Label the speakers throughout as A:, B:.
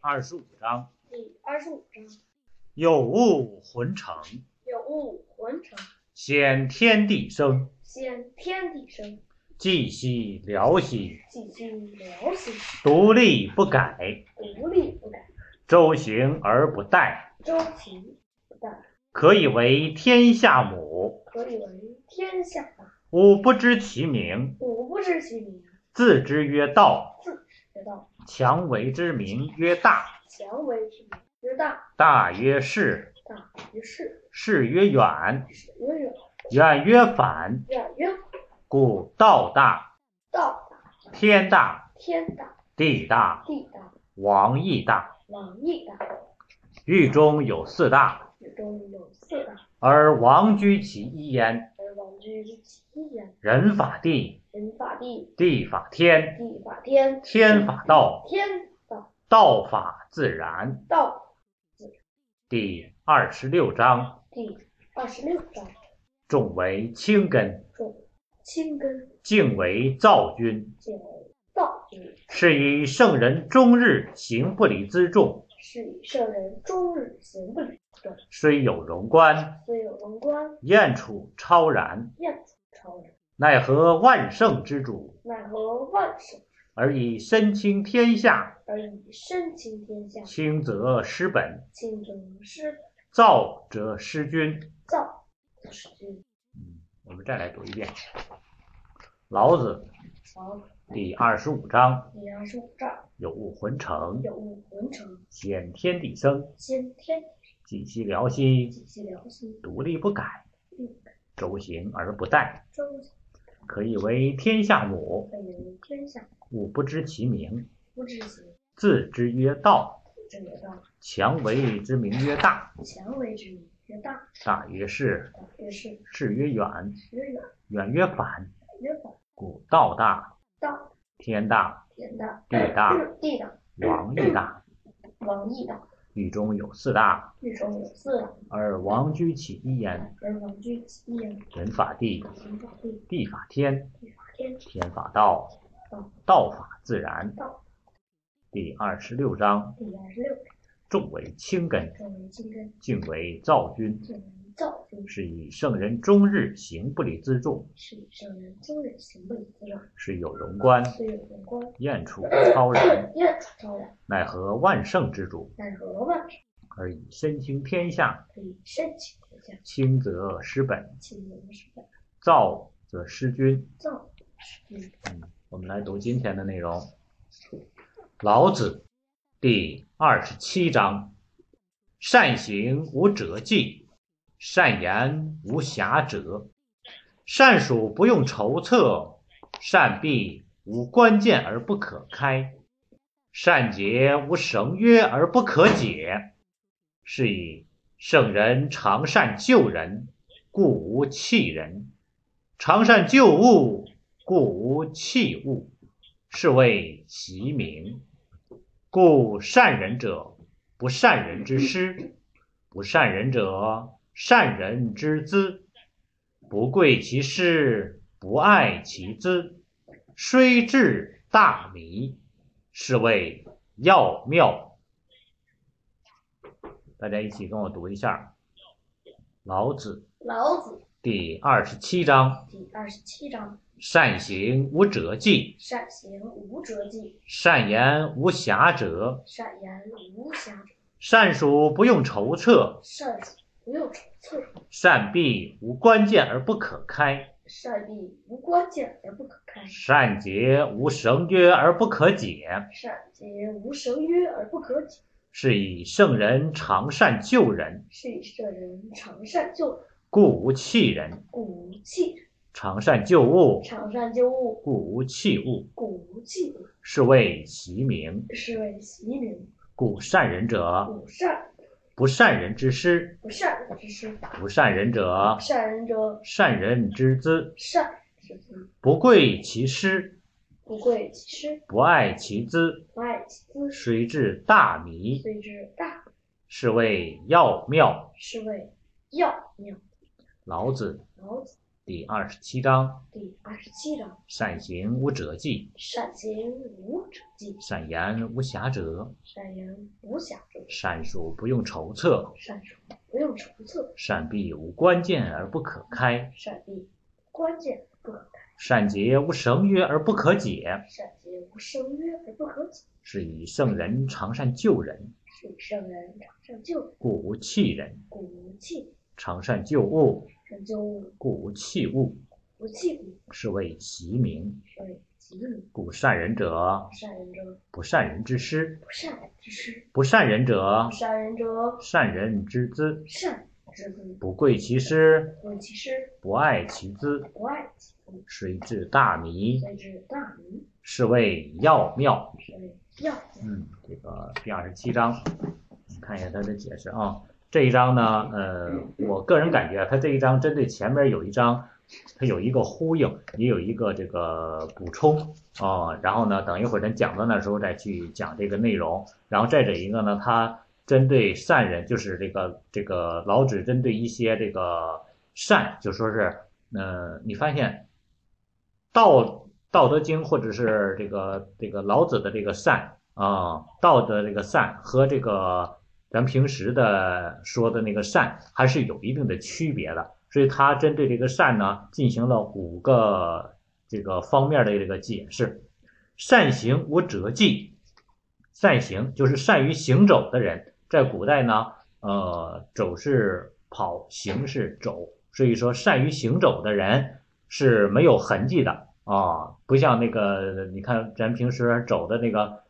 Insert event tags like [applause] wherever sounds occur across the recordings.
A: 二十五章，
B: 第二十五章：
A: 有物混成，
B: 有物混成，
A: 显天地生，
B: 先天地生，
A: 寂兮寥兮，
B: 寂兮寥兮，
A: 独立不改，
B: 独立不改，
A: 周行而不殆，
B: 周行不殆，
A: 可以为天下母。
B: 可以为天下母。
A: 吾不知其名，
B: 吾不知其名，
A: 自知曰道。
B: 曰道。
A: 强为之名曰大，
B: 强为之名曰大，
A: 大曰是，
B: 大于是，
A: 是曰远，
B: 是曰远，
A: 远曰反。
B: 远曰远
A: 故道大，
B: 道大，
A: 天大，
B: 天大，
A: 地大，
B: 地大，
A: 王亦大。
B: 王亦大。
A: 狱中有四大，
B: 宇中有四大，
A: 而王居其一焉。
B: 而王居之其一焉。
A: 人法地，
B: 人法地，
A: 地法天，
B: 地法天，
A: 天法道，
B: 天道，
A: 道法自然。
B: 道。
A: 第二十六章，
B: 第二十六章：
A: 种为青根，
B: 种青根，
A: 茎为造君。
B: 见道之。
A: 是以圣人终日行不离辎重，
B: 是以圣人终日行不离众，
A: 虽有荣观，
B: 虽有荣观，
A: 燕处超然。
B: 厌足超然。
A: 奈何万圣之主，
B: 奈何万圣
A: 而以身轻天下，
B: 而以身轻天下，
A: 轻则失本，
B: 轻则失
A: 躁则失君。
B: 躁，则失君。
A: 我们再来读一遍《老子
B: 好，》
A: 第二十五章：
B: 第二十五章：
A: 有物混成，
B: 有物混成，
A: 显天地生，
B: 先天
A: 寂兮寥兮，
B: 地其良心，
A: 独立不改，周行而不殆，
B: 周行
A: 可以为天下母。
B: 可为天下，
A: 吾不知其名，
B: 不知行，
A: 自之曰道，
B: 这曰道。
A: 强为之名曰大，
B: 强为之名曰大，
A: 大曰是，
B: 大曰是，
A: 是曰远，
B: 曰远，
A: 远曰反。
B: 曰反。
A: 故道大，
B: 道
A: 天大，
B: 天大，
A: 地大，
B: 地大，
A: 王亦大。
B: 王亦大。
A: 狱中有四大，
B: 狱中有四大，
A: 而王居其一焉。
B: 而王居其一焉。
A: 人法地，
B: 人法地，
A: 地法天，
B: 地法天，
A: 天法道，道法自然。
B: 道。
A: 第二十六章：
B: 第二十六
A: 重为轻根，
B: 中为金根，
A: 静为躁君。
B: 正为造君，
A: 是以圣人终日行不离辎重，
B: 是以圣人终日行不离自让，
A: 是有荣观，
B: 虽有荣光，
A: 燕处超然。
B: 愿处超然，
A: 奈何万圣之主，
B: 奈何万事
A: 而以身轻天下，
B: 可以深情天下，
A: 轻则失本，
B: 亲人是本
A: 躁则失君。
B: 造君。
A: 我们来读今天的内容，《老子》第二十七章：善行无辙迹，善言无瑕谪，善数不用筹策，善闭无关键而不可开，善结无绳约而不可解。是以圣人常善救人，故无弃人；常善救物，故无弃物，是谓其名。故善人者，不善人之师；不善人者，善人之资。不贵其师，不爱其资，虽智大迷，是谓要妙。大家一起跟我读一下《老子》
B: 老子
A: 第二十七章。
B: 第二十七章：
A: 善行无辙迹，
B: 善行无辙迹，
A: 善言无瑕谪，
B: 善言无瑕谪，
A: 善数不用筹策，
B: 善举不用筹策，
A: 善闭无关键而不可开，
B: 善闭无关键而不可开，
A: 善结无绳约而不可解。
B: 善结无绳约而不可解。
A: 是以圣人常善救人，
B: 是以圣人常善救人，
A: 故无弃人；
B: 故无弃人；
A: 常善救物，
B: 常善救物，
A: 故无弃物，
B: 故无弃物。
A: 是谓其名。
B: 是谓其名。
A: 故善人者，
B: 不善
A: 不善人之师；
B: 不善人之师，
A: 不善人者，
B: 善人者
A: 善人之资。
B: 善之资，
A: 不贵其师，
B: 不贵其师，
A: 不爱其资。
B: 不爱其资，
A: 谁至大迷，
B: 虽之大，
A: 是谓要妙。
B: 是谓要妙。
A: 老子
B: 老子
A: 第二十七章：
B: 第二十七章：
A: 善行无辙迹，
B: 善行无者计，
A: 善言无瑕谪，
B: 善言无瑕谪，
A: 善术不用筹策，
B: 善术不用筹策，
A: 善闭无关键而不可开，
B: 善闭关键不可开，
A: 善结无绳约而不可解。
B: 善结无声约而不可解。
A: 是以圣人常善救人，
B: 是以圣人常善救人，
A: 故无弃人；
B: 故无弃；
A: 常善救物，
B: 善救物，
A: 故无弃物，
B: 不弃物，
A: 是谓其名。
B: 谓其名。
A: 故善人者，
B: 善人者，
A: 不善人之师；
B: 不善人之师；
A: 不善人者
B: 不，善人者，
A: 善人之资。
B: 善之不
A: 不贵其师，
B: 不其师，
A: 不爱其资，
B: 不爱其物，
A: 虽智大迷，
B: 谓之大迷，
A: 是谓要妙。
B: 是谓要妙。
A: 嗯，这个第二十七章，看一下它的解释啊。这一章呢，呃，我个人感觉它这一章针对前面有一章，它有一个呼应，也有一个这个补充啊、然后呢，等一会儿咱讲到那时候再去讲这个内容。然后再者一个呢，它针对善人，就是这个这个老子针对一些这个善，就说是，呃，你发现道道德经或者是这个这个老子的这个善。啊，道的这个善和这个咱平时的说的那个善还是有一定的区别的，所以他针对这个善呢，进行了五个这个方面的这个解释。善行无辙迹，善行就是善于行走的人，在古代呢，呃，走是跑，行是走，所以说善于行走的人是没有痕迹的啊，不像那个你看咱平时走的那个。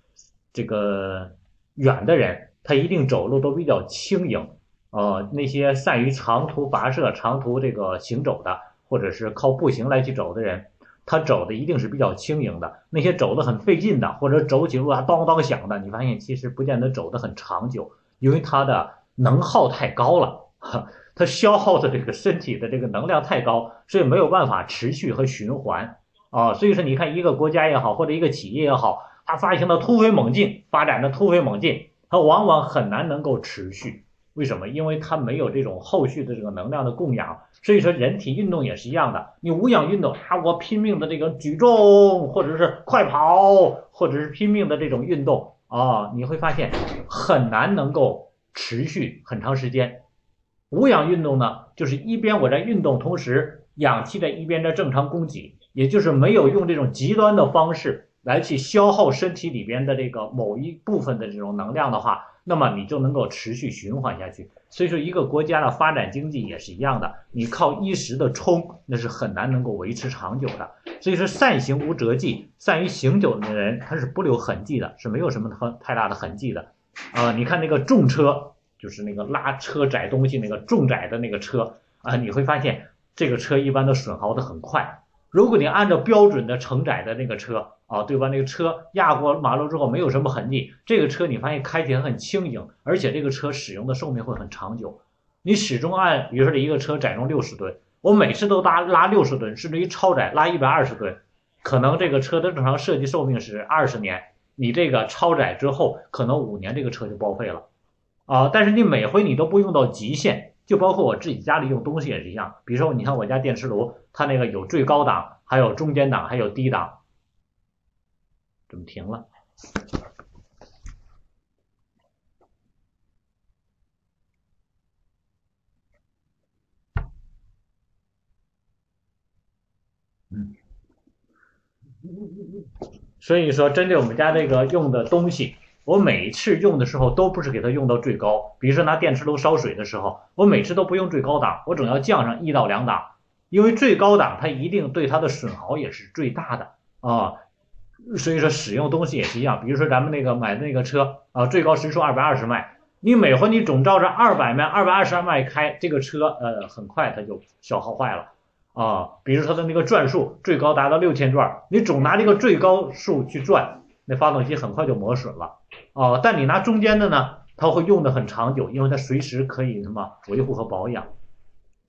A: 这个远的人，他一定走路都比较轻盈。呃，那些善于长途跋涉、长途这个行走的，或者是靠步行来去走的人，他走的一定是比较轻盈的。那些走的很费劲的，或者走起路来当当响的，你发现其实不见得走得很长久，因为他的能耗太高了， [laughs] 呵他消耗的这个身体的这个能量太高，所以没有办法持续和循环啊、所以说，你看一个国家也好，或者一个企业也好，它发行的突飞猛进，发展的突飞猛进，它往往很难能够持续。为什么？因为它没有这种后续的这个能量的供养。所以说，人体运动也是一样的。你无氧运动啊，我拼命的这个举重，或者是快跑，或者是拼命的这种运动啊，你会发现很难能够持续很长时间。无氧运动呢，就是一边我在运动，同时氧气在一边在正常供给，也就是没有用这种极端的方式来去消耗身体里边的这个某一部分的这种能量的话，那么你就能够持续循环下去。所以说，一个国家的发展经济也是一样的，你靠一时的冲，那是很难能够维持长久的。所以说，善行无辙迹，善于行走的人，他是不留痕迹的，是没有什么太太大的痕迹的。啊、你看那个重车，就是那个拉车载东西那个重载的那个车啊、你会发现这个车一般都损耗的很快。如果你按照标准的承载的那个车啊，对吧？那个车压过马路之后没有什么痕迹，这个车你发现开起来很轻盈，而且这个车使用的寿命会很长久。你始终按，比如说这一个车载重六十吨，我每次都拉拉六十吨，甚至于超载拉一百二十吨，可能这个车的正常设计寿命是二十年，你这个超载之后，可能五年这个车就报废了。啊，但是你每回你都不用到极限，就包括我自己家里用东西也是一样。比如说，你看我家电磁炉，它那个有最高档，还有中间档，还有低档。怎么停了？嗯，所以说，针对我们家这个用的东西，我每次用的时候都不是给它用到最高，比如说拿电磁炉烧水的时候，我每次都不用最高档，我总要降上一到两档，因为最高档它一定对它的损耗也是最大的啊。所以说使用东西也是一样，比如说咱们那个买的那个车啊，最高时速二百二十迈，你每回你总照着二百迈、二百二十迈开，这个车呃很快它就消耗坏了。啊，比如说它那个转速最高达到六千转，你总拿这个最高数去转，那发动机很快就磨损了。哦，但你拿中间的呢，它会用的很长久，因为它随时可以什么维护和保养。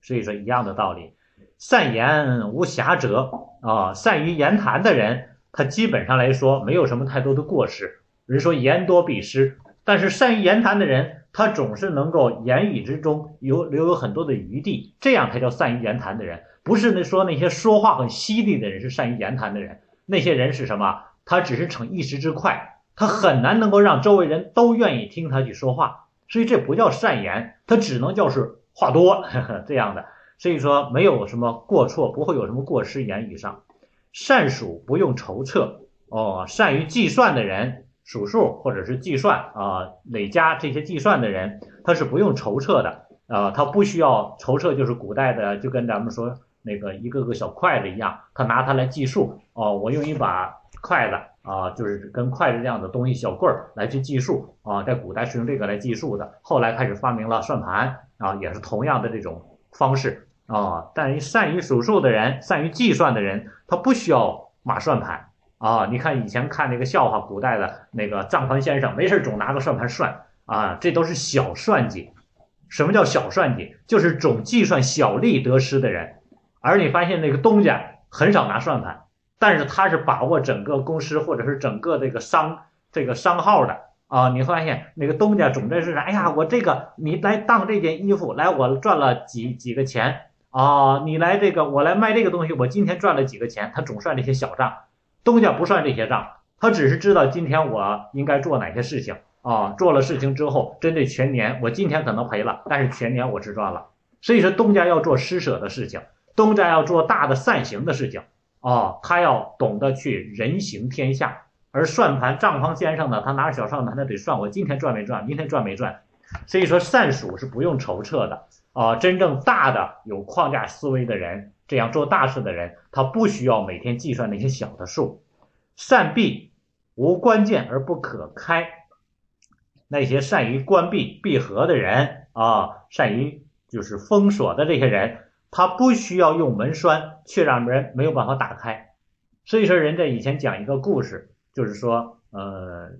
A: 所以说一样的道理，善言无瑕谪啊，善于言谈的人，他基本上来说没有什么太多的过失。人说言多必失，但是善于言谈的人，他总是能够言语之中有留有很多的余地，这样才叫善于言谈的人。不是那说那些说话很犀利的人是善于言谈的人，那些人是什么？他只是逞一时之快，他很难能够让周围人都愿意听他去说话，所以这不叫善言，他只能叫是话多 [laughs] 呵呵这样的。所以说没有什么过错，不会有什么过失言语上。善数不用筹策哦，善于计算的人。数数或者是计算啊、呃，累加这些计算的人，他是不用筹策的啊、呃，他不需要筹策，就是古代的，就跟咱们说那个一个个小筷子一样，他拿它来计数哦、呃，我用一把筷子啊，就是跟筷子这样的东西小棍儿来去计数啊，在古代是用这个来计数的，后来开始发明了算盘啊，也是同样的这种方式啊，但善于数数的人，善于计算的人，他不需要马算盘。啊，你看以前看那个笑话，古代的那个账盘先生，没事总拿个算盘算啊，这都是小算计。什么叫小算计？就是总计算小利得失的人。而你发现那个东家很少拿算盘，但是他是把握整个公司或者是整个这个商这个商号的啊。你发现那个东家总在是哎呀，我这个你来当这件衣服，来我赚了几几个钱啊，你来这个我来卖这个东西，我今天赚了几个钱，他总算这些小账。东家不算这些账，他只是知道今天我应该做哪些事情啊。做了事情之后，针对全年，我今天可能赔了，但是全年我是赚了。所以说，东家要做施舍的事情，东家要做大的善行的事情啊。他要懂得去人行天下。而算盘账房先生呢，他拿着小算盘，他得算我今天赚没赚，明天赚没赚。所以说，善数是不用筹策的啊。真正大的有框架思维的人。这样做大事的人，他不需要每天计算那些小的数。善闭无关键而不可开。那些善于关闭闭合的人啊，善于就是封锁的这些人，他不需要用门栓，却让人没有办法打开。所以说，人家以前讲一个故事，就是说，呃，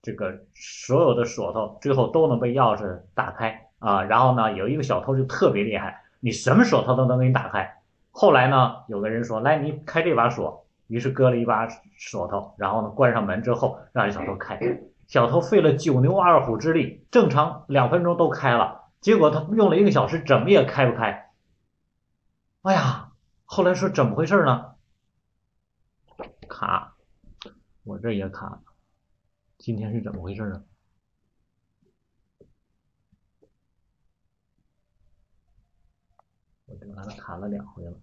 A: 这个所有的锁头最后都能被钥匙打开啊。然后呢，有一个小偷就特别厉害，你什么锁头都能给你打开。后来呢，有个人说：“来，你开这把锁。”于是割了一把锁头，然后呢，关上门之后，让小偷开。小偷费了九牛二虎之力，正常两分钟都开了，结果他用了一个小时，怎么也开不开。哎呀，后来说怎么回事呢？卡，我这也卡了。今天是怎么回事呢？我这完了，卡了两回了。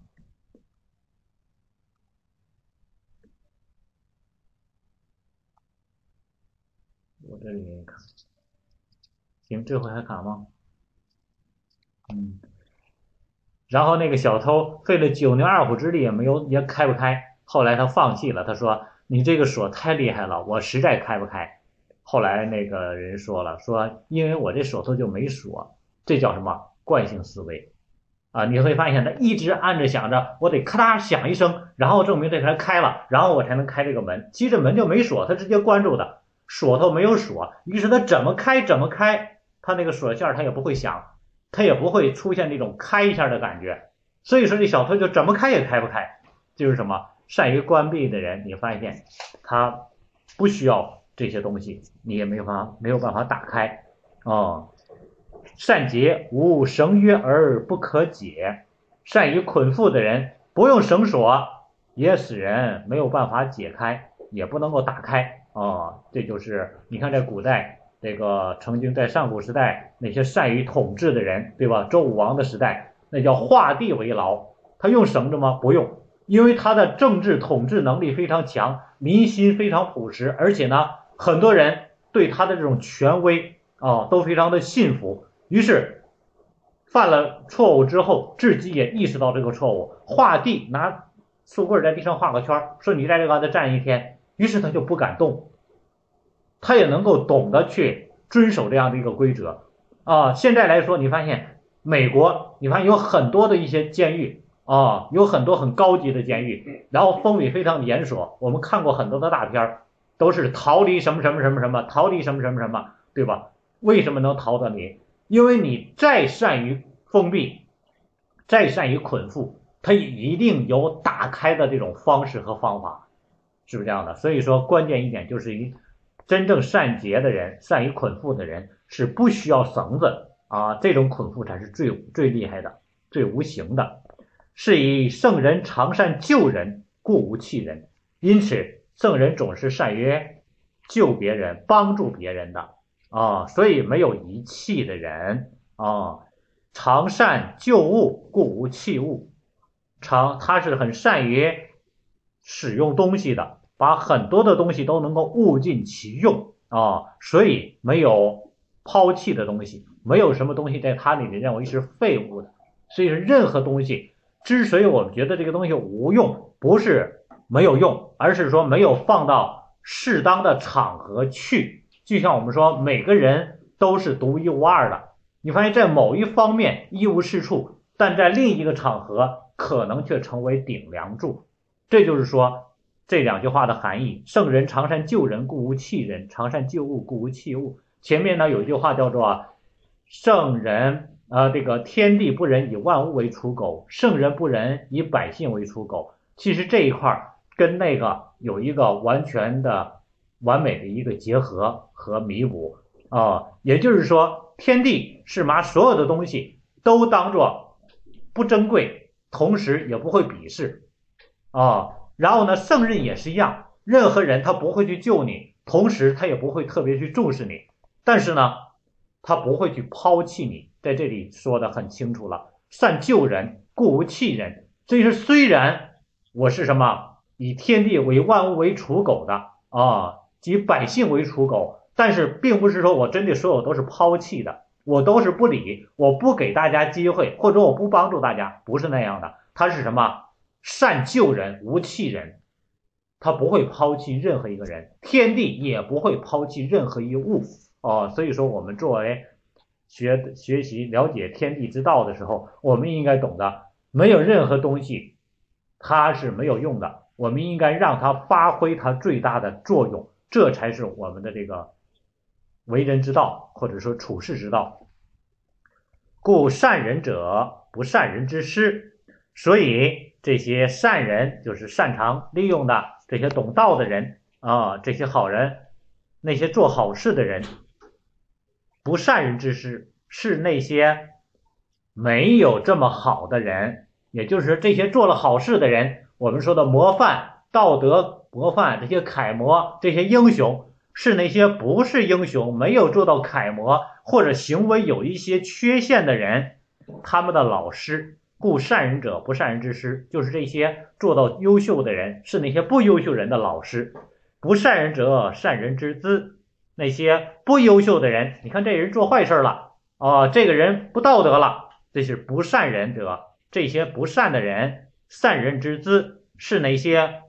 A: 我这里也卡，行，这回还卡吗？嗯，然后那个小偷费了九牛二虎之力也没有也开不开，后来他放弃了，他说：“你这个锁太厉害了，我实在开不开。”后来那个人说了：“说因为我这手头就没锁，这叫什么惯性思维啊？你会发现他一直按着想着，我得咔嗒响一声，然后证明这才开了，然后我才能开这个门。其实这门就没锁，他直接关住的。”锁头没有锁，于是他怎么开怎么开，他那个锁线他也不会响，他也不会出现这种开一下的感觉。所以说这小偷就怎么开也开不开，就是什么善于关闭的人，你发现他不需要这些东西，你也没法没有办法打开哦、嗯。善结无绳约而不可解，善于捆缚的人不用绳索也使人没有办法解开，也不能够打开。哦，这就是你看，在古代，这个曾经在上古时代，那些善于统治的人，对吧？周武王的时代，那叫画地为牢。他用绳子吗？不用，因为他的政治统治能力非常强，民心非常朴实，而且呢，很多人对他的这种权威啊、哦，都非常的信服。于是，犯了错误之后，自己也意识到这个错误，画地拿树棍在地上画个圈，说你在这嘎达站一天。于是他就不敢动，他也能够懂得去遵守这样的一个规则啊。现在来说，你发现美国，你发现有很多的一些监狱啊，有很多很高级的监狱，然后封闭非常严锁。我们看过很多的大片儿，都是逃离什么什么什么什么，逃离什么什么什么，对吧？为什么能逃得离？因为你再善于封闭，再善于捆缚，它一定有打开的这种方式和方法。是不是这样的？所以说，关键一点就是一真正善结的人，善于捆缚的人，是不需要绳子啊，这种捆缚才是最最厉害的、最无形的。是以圣人常善救人，故无弃人。因此，圣人总是善于救别人、帮助别人的啊，所以没有遗弃的人啊。常善救物，故无弃物。常他是很善于使用东西的，把很多的东西都能够物尽其用啊，所以没有抛弃的东西，没有什么东西在他里面认为是废物的。所以说，任何东西。之所以我们觉得这个东西无用，不是没有用，而是说没有放到适当的场合去。就像我们说，每个人都是独一无二的。你发现，在某一方面一无是处，但在另一个场合可能却成为顶梁柱。这就是说这两句话的含义：圣人常善救人，故无弃人；常善救物，故无弃物。前面呢有一句话叫做、啊“圣人”。啊、呃，这个天地不仁，以万物为刍狗；圣人不仁，以百姓为刍狗。其实这一块儿跟那个有一个完全的、完美的一个结合和弥补啊、呃。也就是说，天地是把所有的东西都当做不珍贵，同时也不会鄙视啊、呃。然后呢，圣人也是一样，任何人他不会去救你，同时他也不会特别去重视你，但是呢，他不会去抛弃你。在这里说的很清楚了，善救人，故无弃人。所以说，虽然我是什么以天地为万物为刍狗的啊，以百姓为刍狗，但是并不是说我真的所有都是抛弃的，我都是不理，我不给大家机会，或者我不帮助大家，不是那样的。他是什么？善救人，无弃人，他不会抛弃任何一个人，天地也不会抛弃任何一物哦、啊。所以说，我们作为。学学习了解天地之道的时候，我们应该懂得，没有任何东西它是没有用的，我们应该让它发挥它最大的作用，这才是我们的这个为人之道，或者说处世之道。故善人者，不善人之师。所以这些善人就是擅长利用的这些懂道的人啊、呃，这些好人，那些做好事的人。不善人之师是那些没有这么好的人，也就是这些做了好事的人，我们说的模范、道德模范、这些楷模、这些英雄，是那些不是英雄、没有做到楷模或者行为有一些缺陷的人，他们的老师。故善人者，不善人之师，就是这些做到优秀的人，是那些不优秀人的老师。不善人者，善人之资。那些不优秀的人，你看这人做坏事了啊、呃，这个人不道德了，这是不善人者。这些不善的人，善人之资是那些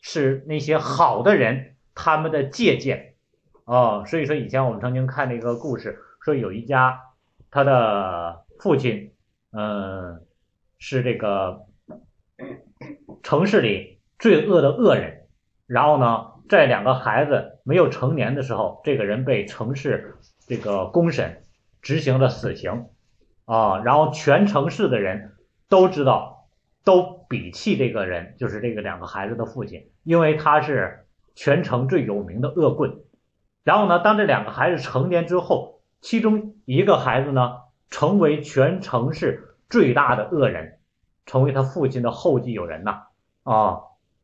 A: 是那些好的人他们的借鉴啊、呃。所以说，以前我们曾经看那个故事，说有一家他的父亲，嗯，是这个城市里最恶的恶人，然后呢。在两个孩子没有成年的时候，这个人被城市这个公审执行了死刑啊，然后全城市的人都知道，都鄙弃这个人，就是这个两个孩子的父亲，因为他是全城最有名的恶棍。然后呢，当这两个孩子成年之后，其中一个孩子呢，成为全城市最大的恶人，成为他父亲的后继有人呐、啊、啊，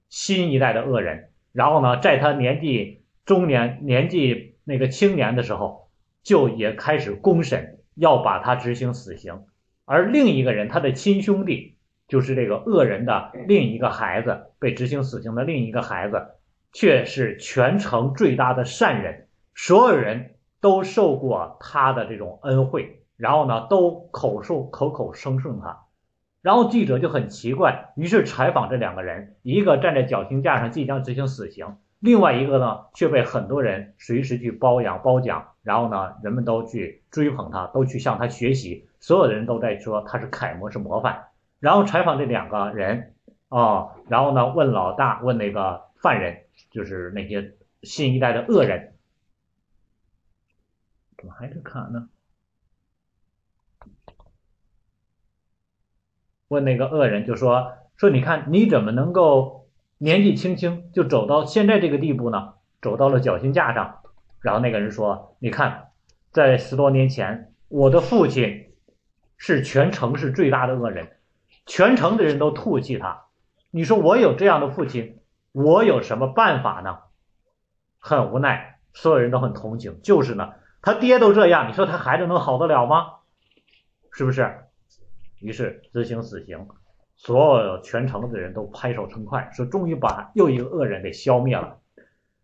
A: 新一代的恶人。然后呢，在他年纪中年、年纪那个青年的时候，就也开始公审，要把他执行死刑。而另一个人，他的亲兄弟，就是这个恶人的另一个孩子，被执行死刑的另一个孩子，却是全城最大的善人，所有人都受过他的这种恩惠，然后呢，都口述口口声声他。然后记者就很奇怪，于是采访这两个人，一个站在绞刑架上即将执行死刑，另外一个呢却被很多人随时去褒扬褒奖，然后呢人们都去追捧他，都去向他学习，所有的人都在说他是楷模是模范。然后采访这两个人啊、哦，然后呢问老大问那个犯人，就是那些新一代的恶人，怎么还是卡呢？问那个恶人就说说你看你怎么能够年纪轻轻就走到现在这个地步呢？走到了绞刑架上，然后那个人说：“你看在十多年前，我的父亲是全城市最大的恶人，全城的人都唾弃他。你说我有这样的父亲，我有什么办法呢？很无奈，所有人都很同情。就是呢，他爹都这样，你说他孩子能好得了吗？是不是？于是执行死刑，所有全城的人都拍手称快，说终于把又一个恶人给消灭了。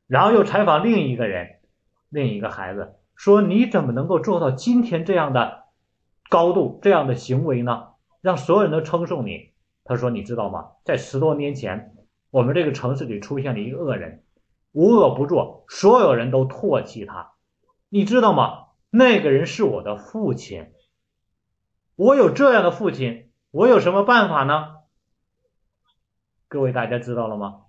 A: 然后又采访另一个人，另一个孩子，说你怎么能够做到今天这样的高度、这样的行为呢？让所有人都称颂你。他说：“你知道吗？在十多年前，我们这个城市里出现了一个恶人，无恶不作，所有人都唾弃他。你知道吗？那个人是我的父亲。我有这样的父亲，我有什么办法呢？各位大家知道了吗？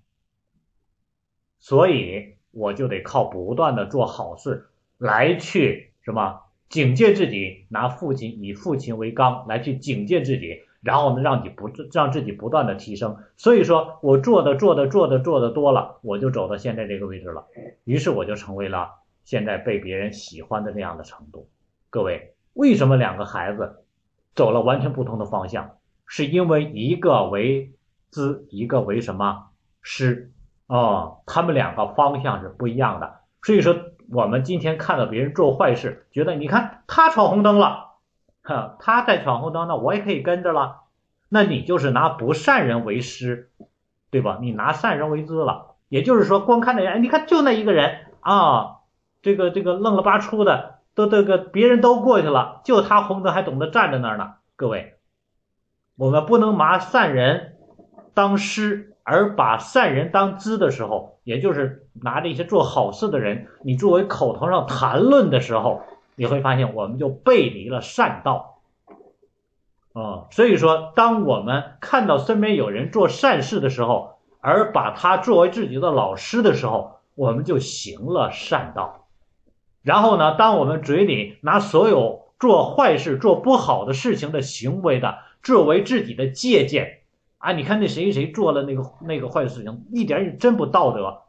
A: 所以我就得靠不断的做好事来去什么警戒自己，拿父亲以父亲为纲来去警戒自己。”然后呢，让你不让自己不断的提升。所以说我做的做的做的做的多了，我就走到现在这个位置了。于是我就成为了现在被别人喜欢的那样的程度。各位，为什么两个孩子走了完全不同的方向？是因为一个为资，一个为什么师啊、哦？他们两个方向是不一样的。所以说，我们今天看到别人做坏事，觉得你看他闯红灯了。哼，他在闯红灯，那我也可以跟着了。那你就是拿不善人为师，对吧？你拿善人为资了。也就是说，光看那人，你看就那一个人啊，这个这个愣了吧出的，都这个别人都过去了，就他红灯还懂得站在那儿呢。各位，我们不能拿善人当师，而把善人当资的时候，也就是拿这些做好事的人，你作为口头上谈论的时候。你会发现，我们就背离了善道，啊、嗯，所以说，当我们看到身边有人做善事的时候，而把他作为自己的老师的时候，我们就行了善道。然后呢，当我们嘴里拿所有做坏事、做不好的事情的行为的作为自己的借鉴，啊，你看那谁谁做了那个那个坏事情，一点也真不道德。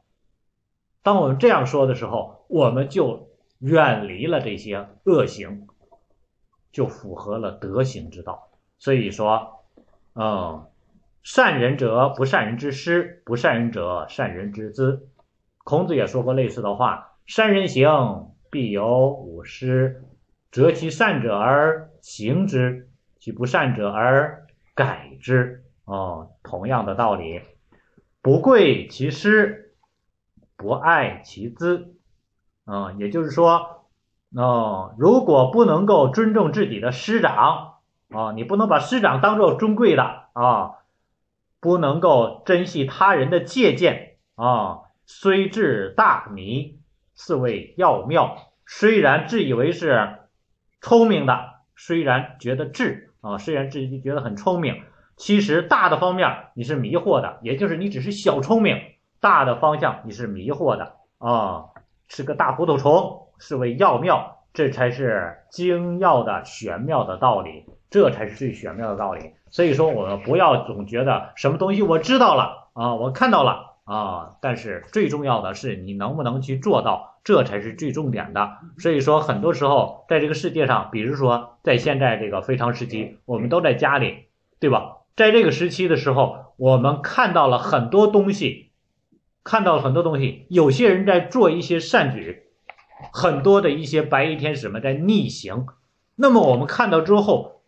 A: 当我们这样说的时候，我们就。远离了这些恶行，就符合了德行之道。所以说，嗯，善人者不善人之师，不善人者善人之资。孔子也说过类似的话：“善人行，必有吾师；择其善者而行之，其不善者而改之。”哦，同样的道理，不贵其师，不爱其资。嗯，也就是说，哦，如果不能够尊重自己的师长，啊，你不能把师长当做尊贵的啊，不能够珍惜他人的借鉴啊，虽智大迷，是谓要妙。虽然自以为是聪明的，虽然觉得智啊，虽然自己觉得很聪明，其实大的方面你是迷惑的，也就是你只是小聪明，大的方向你是迷惑的啊。是个大糊涂虫，是为药妙，这才是精要的玄妙的道理，这才是最玄妙的道理。所以说，我们不要总觉得什么东西我知道了啊，我看到了啊，但是最重要的是你能不能去做到，这才是最重点的。所以说，很多时候在这个世界上，比如说在现在这个非常时期，我们都在家里，对吧？在这个时期的时候，我们看到了很多东西。看到了很多东西，有些人在做一些善举，很多的一些白衣天使们在逆行。那么我们看到之后，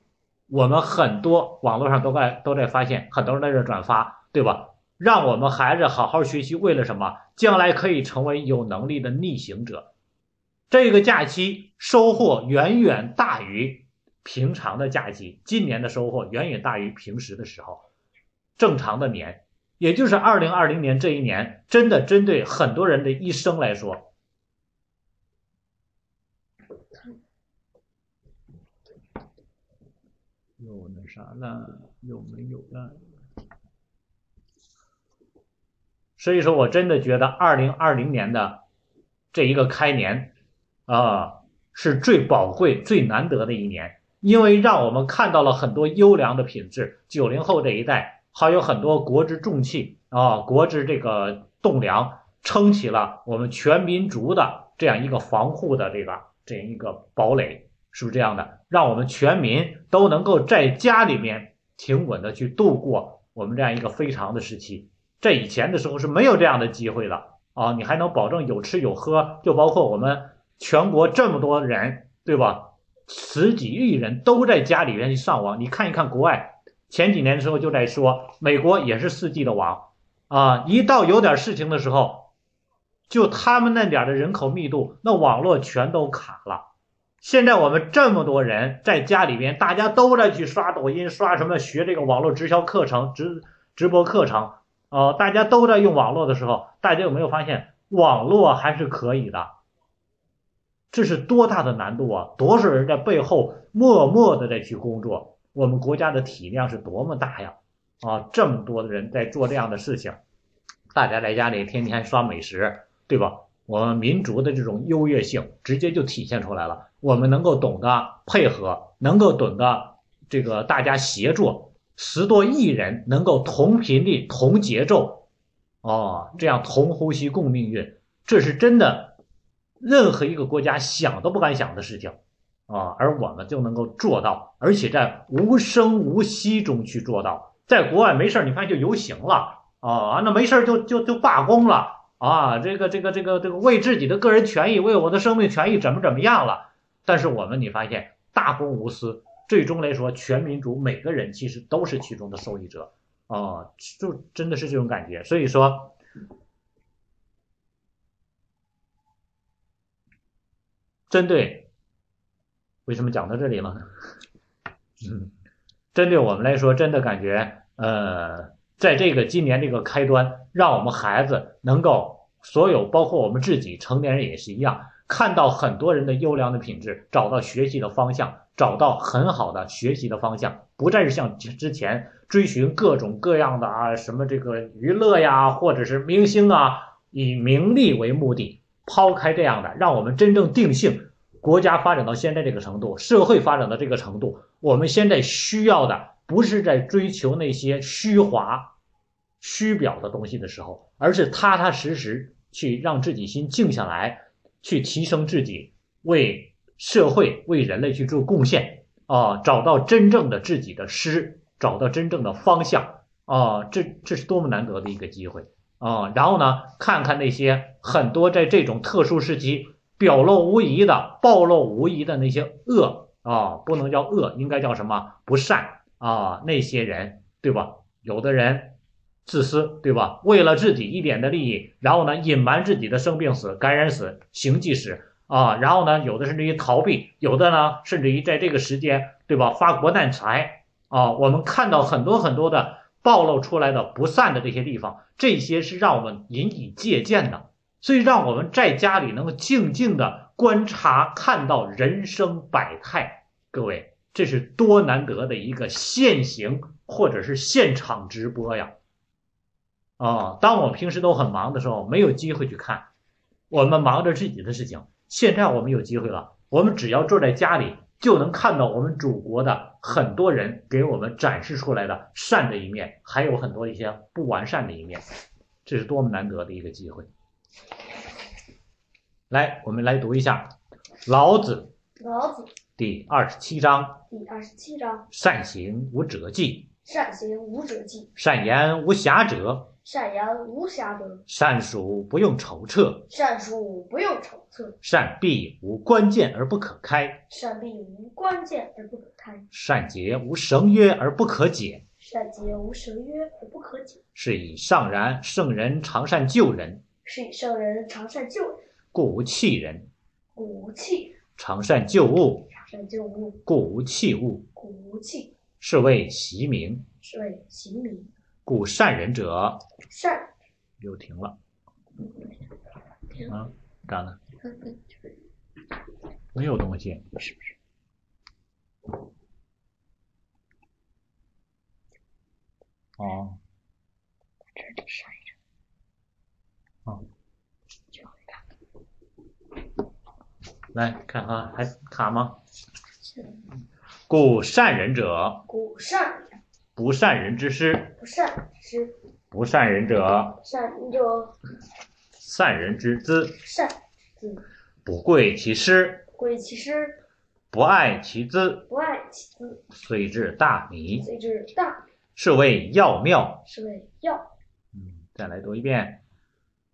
A: 我们很多网络上都在都在发现，很多人在这转发，对吧？让我们孩子好好学习，为了什么？将来可以成为有能力的逆行者。这个假期收获远远大于平常的假期，今年的收获远远大于平时的时候，正常的年。也就是二零二零年这一年，真的针对很多人的一生来说，又那啥了，又没有了。所以说我真的觉得二零二零年的这一个开年啊、呃，是最宝贵、最难得的一年，因为让我们看到了很多优良的品质。九零后这一代。还有很多国之重器啊，国之这个栋梁，撑起了我们全民族的这样一个防护的这个这样一个堡垒，是不是这样的？让我们全民都能够在家里面平稳的去度过我们这样一个非常的时期。在以前的时候是没有这样的机会了啊！你还能保证有吃有喝，就包括我们全国这么多人，对吧？十几亿人都在家里面去上网。你看一看国外，前几年的时候就在说，美国也是四 G 的网啊，一到有点事情的时候。就他们那点儿的人口密度，那网络全都卡了。现在我们这么多人在家里边，大家都在去刷抖音，刷什么学这个网络直销课程、直直播课程，哦、呃，大家都在用网络的时候，大家有没有发现网络还是可以的？这是多大的难度啊！多少人在背后默默的在去工作，我们国家的体量是多么大呀！啊，这么多的人在做这样的事情，大家在家里天天刷美食。对吧？我们民族的这种优越性直接就体现出来了。我们能够懂得配合，能够懂得这个大家协作，十多亿人能够同频率、同节奏，哦，这样同呼吸共命运，这是真的，任何一个国家想都不敢想的事情啊！而我们就能够做到，而且在无声无息中去做到。在国外没事儿，你看就游行了啊，那没事儿就就就罢工了。啊，这个这个这个这个为自己的个人权益，为我的生命权益怎么怎么样了？但是我们你发现大公无私，最终来说，全民族每个人其实都是其中的受益者啊、呃，就真的是这种感觉。所以说，针对为什么讲到这里了呢？ [laughs] 嗯，针对我们来说，真的感觉呃。在这个今年这个开端，让我们孩子能够所有，包括我们自己成年人也是一样，看到很多人的优良的品质，找到学习的方向，找到很好的学习的方向，不再是像之前追寻各种各样的啊什么这个娱乐呀，或者是明星啊，以名利为目的，抛开这样的，让我们真正定性。国家发展到现在这个程度，社会发展到这个程度，我们现在需要的。不是在追求那些虚华、虚表的东西的时候，而是踏踏实实去让自己心静下来，去提升自己，为社会、为人类去做贡献啊！找到真正的自己的诗，找到真正的方向啊！这这是多么难得的一个机会啊！然后呢，看看那些很多在这种特殊时期表露无遗的、暴露无遗的那些恶啊，不能叫恶，应该叫什么？不善。啊，那些人对吧？有的人自私对吧？为了自己一点的利益，然后呢，隐瞒自己的生病史、感染史、行迹史啊，然后呢，有的甚至于逃避，有的呢，甚至于在这个时间对吧发国难财啊。我们看到很多很多的暴露出来的不善的这些地方，这些是让我们引以借鉴的。所以，让我们在家里能够静静的观察，看到人生百态，各位。这是多难得的一个现行或者是现场直播呀！啊，当我们平时都很忙的时候，没有机会去看，我们忙着自己的事情。现在我们有机会了，我们只要坐在家里，就能看到我们祖国的很多人给我们展示出来的善的一面，还有很多一些不完善的一面。这是多么难得的一个机会！来，我们来读一下《老子》。
B: 老子。
A: 第二十七章：
B: 第二十七章，
A: 善行无辙迹，
B: 善行无辙迹，
A: 善言无瑕谪，
B: 善言无瑕谪，
A: 善数不用筹策，
B: 善术不用筹策，
A: 善闭无关键而不可开，
B: 善闭无关键而不可开，
A: 善结无绳约而不可解。
B: 善结无绳约而不可解。
A: 是以上然，圣人常善救人，
B: 是以圣人常善救人，
A: 故无弃人；
B: 故无弃人，
A: 常善救物，
B: 常善救物，
A: 故无弃物。
B: 故无弃，
A: 是谓习名。
B: 是谓其名。
A: 故善人者，
B: 善。
A: 又停了。啊，咋了？没有东西，是不是？哦，
B: 这儿得删一下。
A: 哦。来看哈，还卡吗？故善人者，
B: 故善人
A: 不善人之师；
B: 不善之，
A: 不善人者，
B: 善者
A: 善人之资；
B: 善之，
A: 不贵其师，
B: 贵其师，
A: 不爱其资，
B: 不爱其资，
A: 虽至大迷，
B: 虽之大，
A: 是谓要妙。
B: 是谓要。
A: 嗯，再来读一遍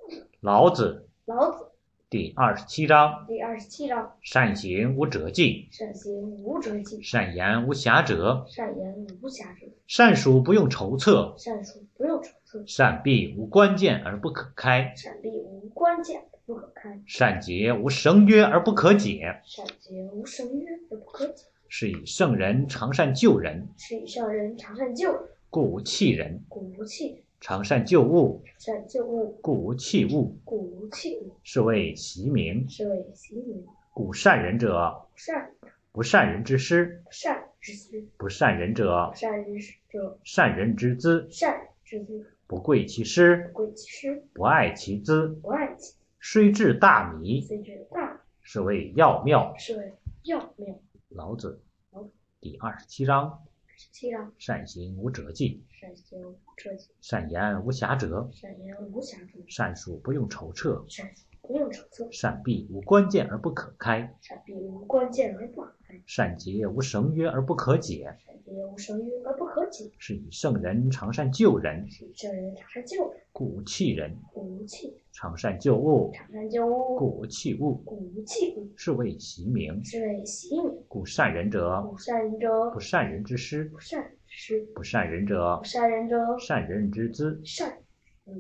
A: 《老子》
B: 老子
A: 第二十七章：
B: 第二十七章：
A: 善行无辙迹，
B: 善行无辙迹，
A: 善言无瑕谪，
B: 善言无瑕谪，
A: 善属不用筹策，
B: 善术不用筹策，
A: 善闭无关键而不可开，
B: 善闭无关键而不可开，
A: 善结无绳约而不可解。
B: 善结无绳约而不可解。
A: 是以圣人常善救人，
B: 是以圣人常善救人，
A: 故无弃人；
B: 故无弃人；
A: 常善救物，
B: 善救物，
A: 故无弃物。
B: 故无弃物。
A: 是谓习名。
B: 是谓习名。
A: 故善人者，
B: 善
A: 不善人之师；
B: 不善之师，
A: 不善人者
B: 不，善人之者，
A: 善人之资。
B: 善之资，
A: 不贵其师，
B: 贵其师，
A: 不爱其资，
B: 不爱其
A: 虽至大迷，
B: 虽之大，
A: 是谓要妙。
B: 是谓要妙。
A: 老子
B: 老子
A: 第二十七章：
B: 十七章：
A: 善行无辙迹，
B: 善行彻己，
A: 善言无瑕谪，
B: 善言无瑕谪，
A: 善术不用筹策，
B: 善术不用筹策，
A: 善闭无关键而不可开，
B: 善闭无关键而不可开，
A: 善结无绳约而不可解。
B: 善结无绳约而不可解。
A: 是以圣人常善救人，
B: 是以圣人常善救人，
A: 故无弃人；
B: 故无弃人。
A: 常善救物，
B: 常善救物，
A: 故无弃物。
B: 故无弃物。
A: 是谓习名。
B: 是谓习名。
A: 故善人者，
B: 不善人者
A: 不，善人之师；
B: 不善之师；
A: 不善人者
B: 不，善人者，
A: 善人之资。
B: 善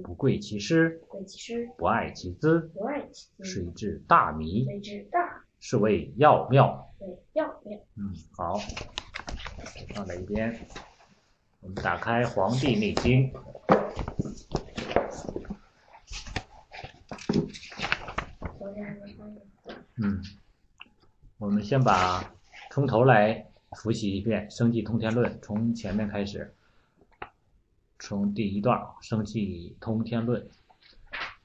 A: 不贵其师，
B: 贵其师，
A: 不爱其资，
B: 不爱其资，
A: 虽至大迷，
B: 谓之大，
A: 是谓要妙。
B: 谓要妙。
A: 嗯，好，放在一边。我们打开《黄帝内经》，
B: 昨天还没翻译。
A: 嗯，我们先把从头来复习一遍《生气通天论》，从前面开始，从第一段《生气通天论》，《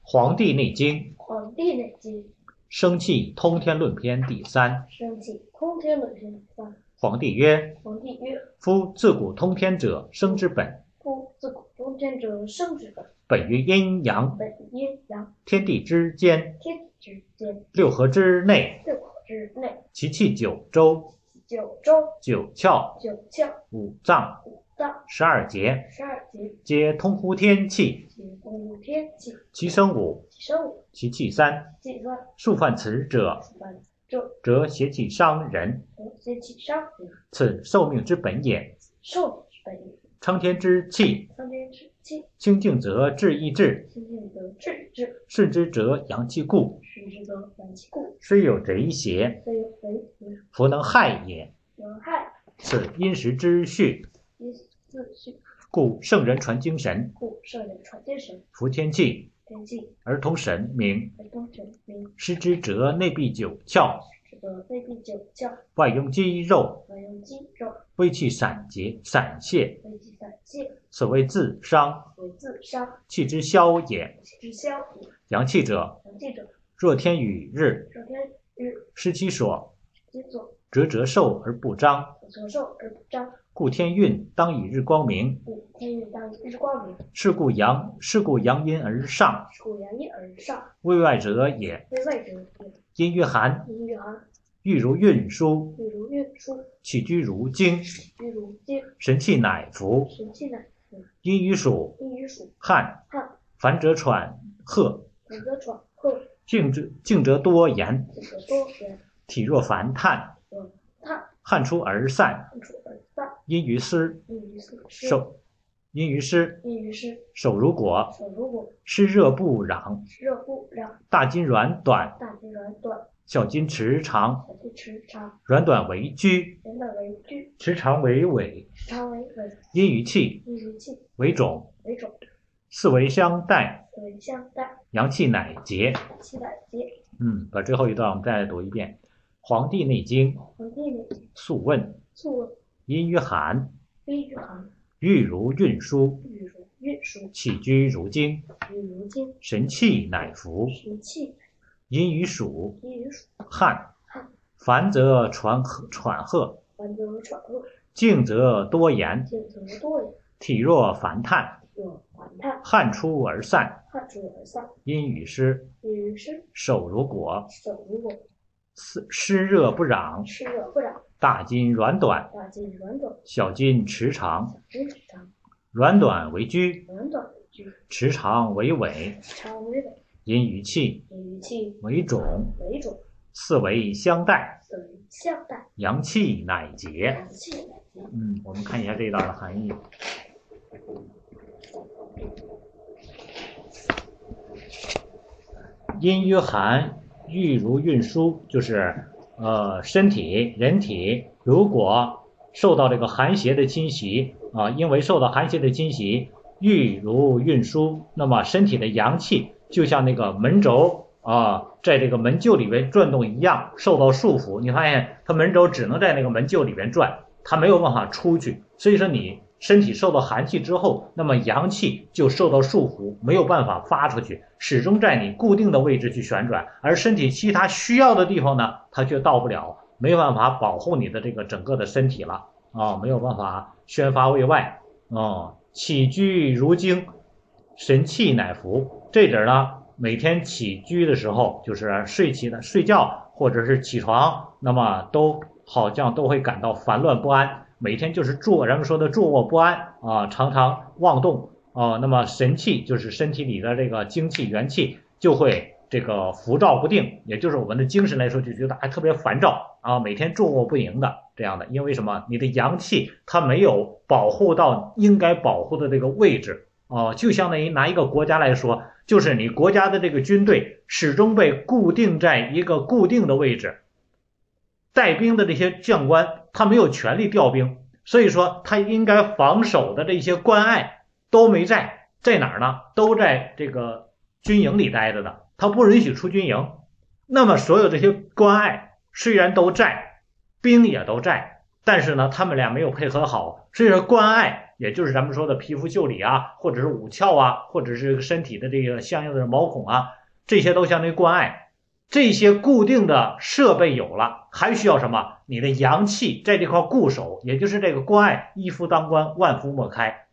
A: 黄帝内经》《
B: 《黄帝内经》
A: 生气通天论篇》第三。
B: 生气，通天论篇三。
A: 皇帝曰
B: 皇帝曰：“
A: 夫自古通天者，生之本。
B: 夫自古通天者，生之本，
A: 本于阴阳，
B: 本阴阳，
A: 天地之间，
B: 天地之间，
A: 六合之内，
B: 六合之内，
A: 其气九州，
B: 九州，
A: 九窍，
B: 九窍，
A: 五脏，
B: 五脏，
A: 十二节，
B: 十二节，
A: 皆通乎天气。
B: 皆乎天气。
A: 其生五，
B: 其生五，
A: 其气三，
B: 计算，
A: 数犯此者，
B: 数万，这
A: 则邪气伤人，
B: 无邪气伤人，
A: 此受命之本也。
B: 寿之本也。
A: 苍天之气，
B: 苍天之气，
A: 清静则治益志，
B: 清静则治之，
A: 顺之则阳气固。
B: 顺之则养其故。
A: 虽有贼邪，
B: 虽有贼子，
A: 弗能害也。
B: 能害，
A: 此因时之序，
B: 以自序。
A: 故圣人传精神，
B: 故圣人传天神，
A: 服天气
B: 天气
A: 而通神明。
B: 而东神明，
A: 失之则内闭九窍，
B: 使得内闭九窍，
A: 外用肌肉，
B: 外用肌肉，
A: 微气散结散泄，
B: 为其散泄，
A: 此谓自伤。
B: 为自伤，
A: 气之消也，
B: 其之消也。
A: 阳气者，
B: 能记者，
A: 若天与日，
B: 若天日，
A: 失其所，
B: 其所
A: 折折寿而不彰。
B: 所承受而不彰，
A: 故天运当以日光明，
B: 故天运当以日光明，
A: 是故阳是故阳阴而上，
B: 是故阳阴而上，
A: 未外者也。
B: 为外者也。
A: 阴于寒，
B: 阴阳
A: 欲如运输，
B: 比如运输，
A: 气居如经，
B: 比如金，
A: 神气乃服。
B: 神气乃服，
A: 阴于暑，
B: 阴于暑，
A: 汗，
B: 汗，
A: 烦者喘喝，
B: 冷则喘，后
A: 静者静则多言，
B: 这个多言，
A: 体若烦叹，
B: 冷汗，
A: 汗出而散。
B: 汗出而散，
A: 阴于湿，
B: 阴于四湿，
A: 手阴于湿，
B: 阴于湿，
A: 手如裹，
B: 手如裹，
A: 湿热不攘，
B: 热不让，
A: 大筋软短。
B: 大筋软短，
A: 小筋迟长，
B: 小筋直长，
A: 软短为居，
B: 人短为居，
A: 迟长为尾，
B: 长为尾，
A: 阴于气
B: 阴于气
A: 为种，
B: 为种，
A: 四为相待，
B: 四为相待，
A: 阳气乃结。
B: 气乃结。
A: 嗯，把最后一段我们再来读一遍，《黄帝内经·
B: 黄帝内
A: 素问》：
B: 素问
A: 阴于寒，
B: 归于寒，
A: 欲如运输，
B: 欲如运输，
A: 气居如经，
B: 与如金，
A: 神气乃服。
B: 神气
A: 阴于暑，
B: 阴于暑，
A: 汗
B: 汗，
A: 烦则喘喝喘喝，
B: 还则喘恶，
A: 静则多言，
B: 见则多也。
A: 体若烦叹，
B: 若还叹，
A: 汗出而散。
B: 汗出而散。
A: 阴于湿，
B: 于是
A: 手如裹，
B: 手如果
A: 湿湿热不攘，
B: 湿热不攘，
A: 大筋软短，
B: 大筋软短，
A: 小筋持长。
B: 小筋长长，
A: 软短为居，
B: 软短为居，
A: 持长为尾，
B: 长为尾，
A: 因于气
B: 以气
A: 为种，
B: 为种，
A: 四为相待，
B: 等于相待，
A: 阳气乃结。
B: 阳气乃结。
A: 嗯，我们看一下这一道的含义。阴于寒，郁如运输，就是呃，身体、人体如果受到这个寒邪的侵袭啊、因为受到寒邪的侵袭，郁如运输，那么身体的阳气就像那个门轴啊、在这个门臼里边转动一样，受到束缚。你发现它门轴只能在那个门臼里边转，它没有办法出去。所以说你身体受到寒气之后，那么阳气就受到束缚，没有办法发出去，始终在你固定的位置去旋转，而身体其他需要的地方呢，它却到不了，没有办法保护你的这个整个的身体了啊、没有办法宣发为外啊、起居如经，神气乃服。这点儿呢，每天起居的时候，就是睡起的睡觉或者是起床，那么都好像都会感到烦乱不安，每天就是坐人们说的坐卧不安啊，常常妄动啊。那么神气就是身体里的这个精气元气就会这个浮躁不定，也就是我们的精神来说就觉得哎特别烦躁啊，每天坐卧不宁的这样的，因为什么？你的阳气它没有保护到应该保护的这个位置，哦，就相当于拿一个国家来说，就是你国家的这个军队始终被固定在一个固定的位置，带兵的这些将官他没有权利调兵，所以说他应该防守的这些关隘都没在，在哪儿呢？都在这个军营里待着的，他不允许出军营。那么所有这些关隘虽然都在，兵也都在，但是呢，他们俩没有配合好，所以说关爱，也就是咱们说的皮肤袖里啊，或者是五窍啊，或者是身体的这个相应的毛孔啊，这些都相当于关爱。这些固定的设备有了，还需要什么？你的阳气在这块固守，也就是这个关爱，一夫当关，万夫莫开。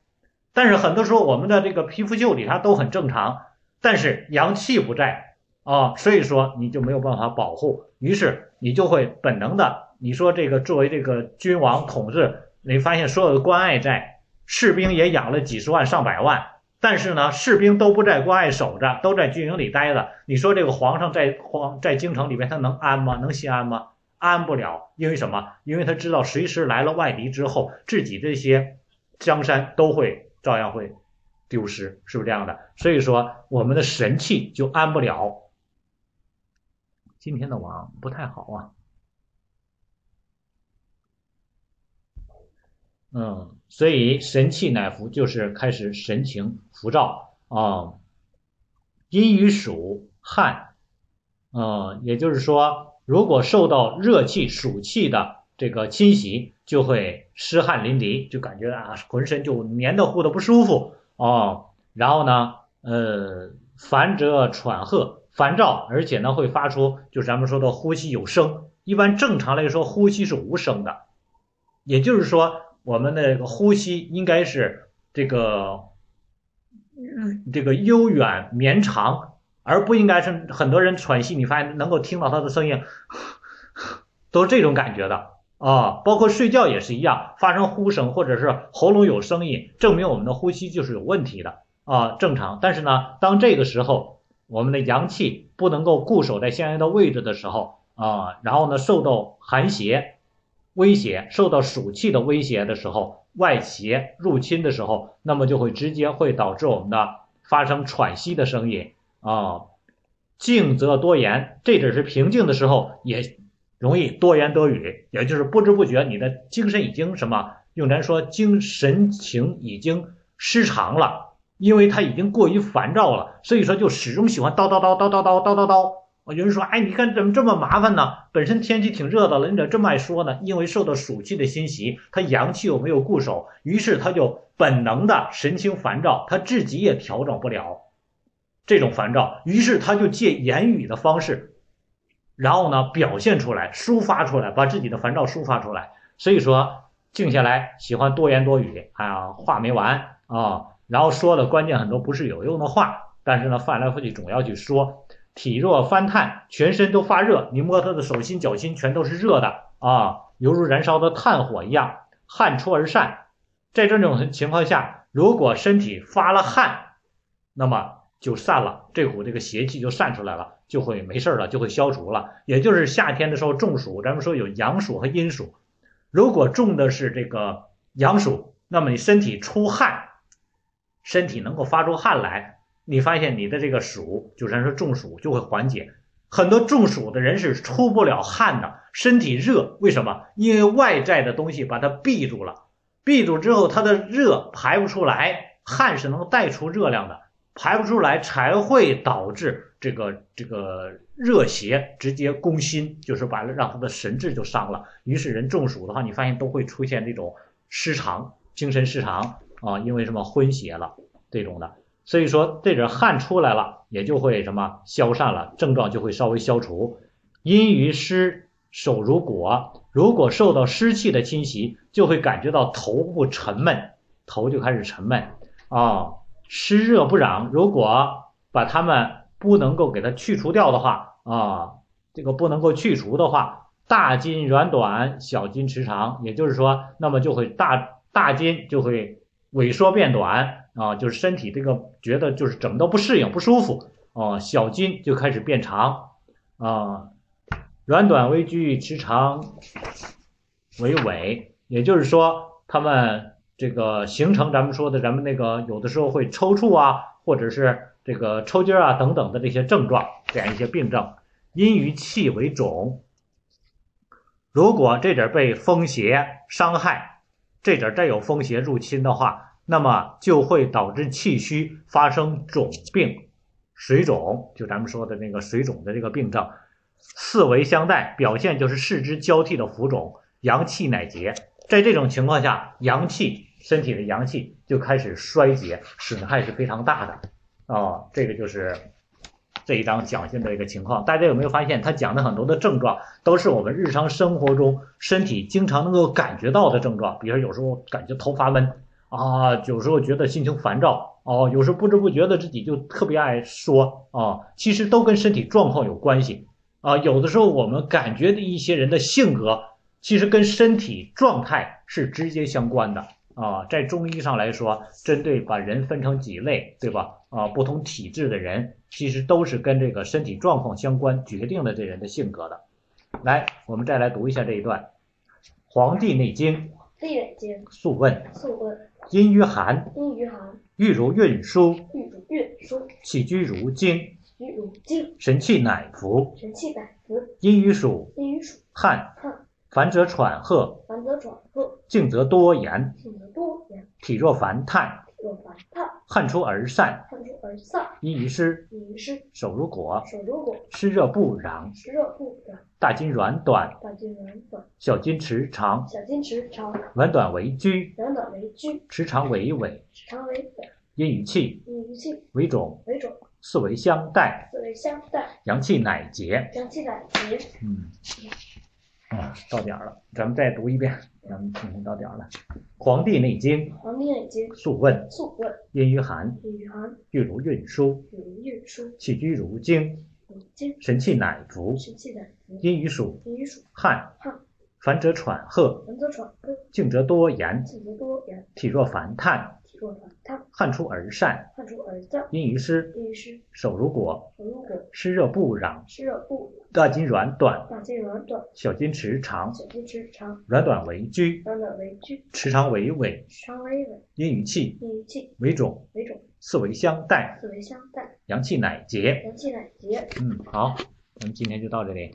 A: 但是很多时候，我们的这个皮肤袖里它都很正常，但是阳气不在，啊，所以说你就没有办法保护，于是你就会本能的，你说这个作为这个君王统治，你发现所有的关隘在，士兵也养了几十万上百万，但是呢，士兵都不在关隘守着，都在军营里待着。你说这个皇上在皇在京城里面，他能安吗？能心安吗？安不了，因为什么？因为他知道随时来了外敌之后，自己这些江山都会照样会丢失，是不是这样的？所以说，我们的神气就安不了，今天的网不太好啊。嗯，所以神气乃浮，就是开始神情浮躁啊。阴与暑汗，嗯，也就是说，如果受到热气、暑气的这个侵袭，就会湿汗淋漓，就感觉啊，浑身就黏得乎的不舒服哦。然后呢，呃，烦则喘喝，烦躁，而且呢会发出就是咱们说的呼吸有声。一般正常来说，呼吸是无声的，也就是说，我们的这个呼吸应该是这个这个悠远绵长，而不应该是很多人喘息，你发现能够听到他的声音，都是这种感觉的。啊，包括睡觉也是一样，发生呼声或者是喉咙有声音，证明我们的呼吸就是有问题的啊，正常。但是呢，当这个时候我们的阳气不能够固守在相应的位置的时候啊，然后呢受到寒邪威胁，受到暑气的威胁的时候，外邪入侵的时候，那么就会直接会导致我们的发生喘息的声音啊。静则多言，这只是平静的时候也容易多言多语，也就是不知不觉你的精神已经什么，用咱说精神情已经失常了。因为他已经过于烦躁了，所以说就始终喜欢叨叨叨叨叨叨叨叨叨。我有人说，哎，你看怎么这么麻烦呢？本身天气挺热的了，你怎么这么爱说呢？因为受到暑气的侵袭，他阳气又没有固守，于是他就本能的神情烦躁，他自己也调整不了这种烦躁，于是他就借言语的方式，然后呢表现出来，抒发出来，把自己的烦躁抒发出来。所以说，静下来喜欢多言多语，啊，话没完啊、然后说的关键很多不是有用的话，但是呢，翻来覆去总要去说，体弱翻炭，全身都发热。你摸他的手心、脚心全都是热的啊，犹如燃烧的炭火一样，汗出而散。在这种情况下，如果身体发了汗，那么就散了，这股这个邪气就散出来了，就会没事了，就会消除了。也就是夏天的时候中暑，咱们说有阳暑和阴暑，如果中的是这个阳暑，那么你身体出汗，身体能够发出汗来。你发现你的这个暑，就是说中暑就会缓解。很多中暑的人是出不了汗的，身体热，为什么？因为外在的东西把它闭住了，闭住之后，它的热排不出来，汗是能带出热量的，排不出来才会导致这个这个热邪直接攻心，就是把让他的神志就伤了。于是人中暑的话，你发现都会出现这种失常、精神失常啊、呃，因为什么昏邪了这种的。所以说，这点汗出来了，也就会什么消散了，症状就会稍微消除。阴于湿，手如裹，如果受到湿气的侵袭，就会感觉到头部沉闷，头就开始沉闷啊、哦。湿热不攘，如果把它们不能够给它去除掉的话啊、哦，这个不能够去除的话，大筋软短，小筋迟长，也就是说，那么就会大大筋就会萎缩变短。啊，就是身体这个觉得就是怎么都不适应、不舒服哦、啊，小筋就开始变长啊，软短微拘，迟长为尾，也就是说，他们这个形成咱们说的咱们那个有的时候会抽搐啊，或者是这个抽筋啊等等的这些症状，这样一些病症，因于气为肿。如果这点被风邪伤害，这点再有风邪入侵的话。那么就会导致气虚发生肿病、水肿，就咱们说的那个水肿的这个病症，四维相带，表现就是四肢交替的浮肿，阳气乃竭。在这种情况下，阳气身体的阳气就开始衰竭，损害是非常大的啊、哦。这个就是这一章讲现的一个情况。大家有没有发现，他讲的很多的症状都是我们日常生活中身体经常能够感觉到的症状，比如有时候感觉头发闷。啊，有时候觉得心情烦躁哦，有时候不知不觉的自己就特别爱说啊，其实都跟身体状况有关系啊。有的时候我们感觉的一些人的性格，其实跟身体状态是直接相关的啊。在中医上来说，针对把人分成几类，对吧？啊，不同体质的人，其实都是跟这个身体状况相关，决定了这人的性格的。来，我们再来读一下这一段，《黄帝内经》。
B: 内《经》
A: 素问。
B: 素问。
A: 阴于寒，
B: 阴于寒；
A: 欲如运输，
B: 欲如运输；
A: 起居如惊，
B: 居如惊；
A: 神气乃服，
B: 神气乃服；
A: 阴于暑，
B: 阴于暑；
A: 汗，
B: 汗；
A: 烦则喘喝，
B: 烦则喘喝；
A: 静则多言，
B: 静则多言；
A: 体弱烦炭，
B: 体弱烦炭；
A: 汗出而散，
B: 汗出而散；
A: 阴于湿，
B: 阴于湿；
A: 手如裹，
B: 手如裹；
A: 湿热不攘，
B: 湿热不攘；
A: 大筋软短，
B: 大筋软短；
A: 小筋迟长，
B: 小筋迟长。
A: 软短为拘，
B: 软短为拘；
A: 迟长为尾，
B: 迟长为尾；
A: 阴于气，
B: 阴于气；
A: 为种，
B: 为种；
A: 四维相带，
B: 四维相带；
A: 阳气乃竭，
B: 阳气乃竭。
A: 嗯，啊，到点儿了，咱们再读一遍，咱们听听到点儿了。《黄帝内经》，
B: 《黄帝内经》；
A: 素问，
B: 素问；
A: 阴于寒，
B: 阴于寒；
A: 欲如运输，
B: 欲如运输；
A: 气居如惊，
B: 如惊；
A: 神气乃服，
B: 神气乃服；
A: 阴于暑，
B: 阴于暑；
A: 汗，
B: 汗。
A: 烦则喘喝，
B: 烦则喘喝；
A: 静则多言，
B: 静则多言；
A: 体弱烦炭，
B: 体弱烦炭；
A: 汗出而散，
B: 汗出而散；
A: 阴于湿，
B: 阴于湿；
A: 手如裹，
B: 手如裹；
A: 湿热不攘，
B: 湿热不攘；
A: 大筋软短，
B: 大筋软短；
A: 小筋迟长，
B: 小筋迟长；
A: 软短为拘，
B: 软短为拘；
A: 迟长为尾，
B: 迟长为尾；
A: 阴于气，
B: 阴于气；
A: 为肿，
B: 为肿；
A: 四维相带，
B: 四维相带；
A: 阳气乃竭。
B: 阳气乃竭。
A: 嗯，好，咱们今天就到这里。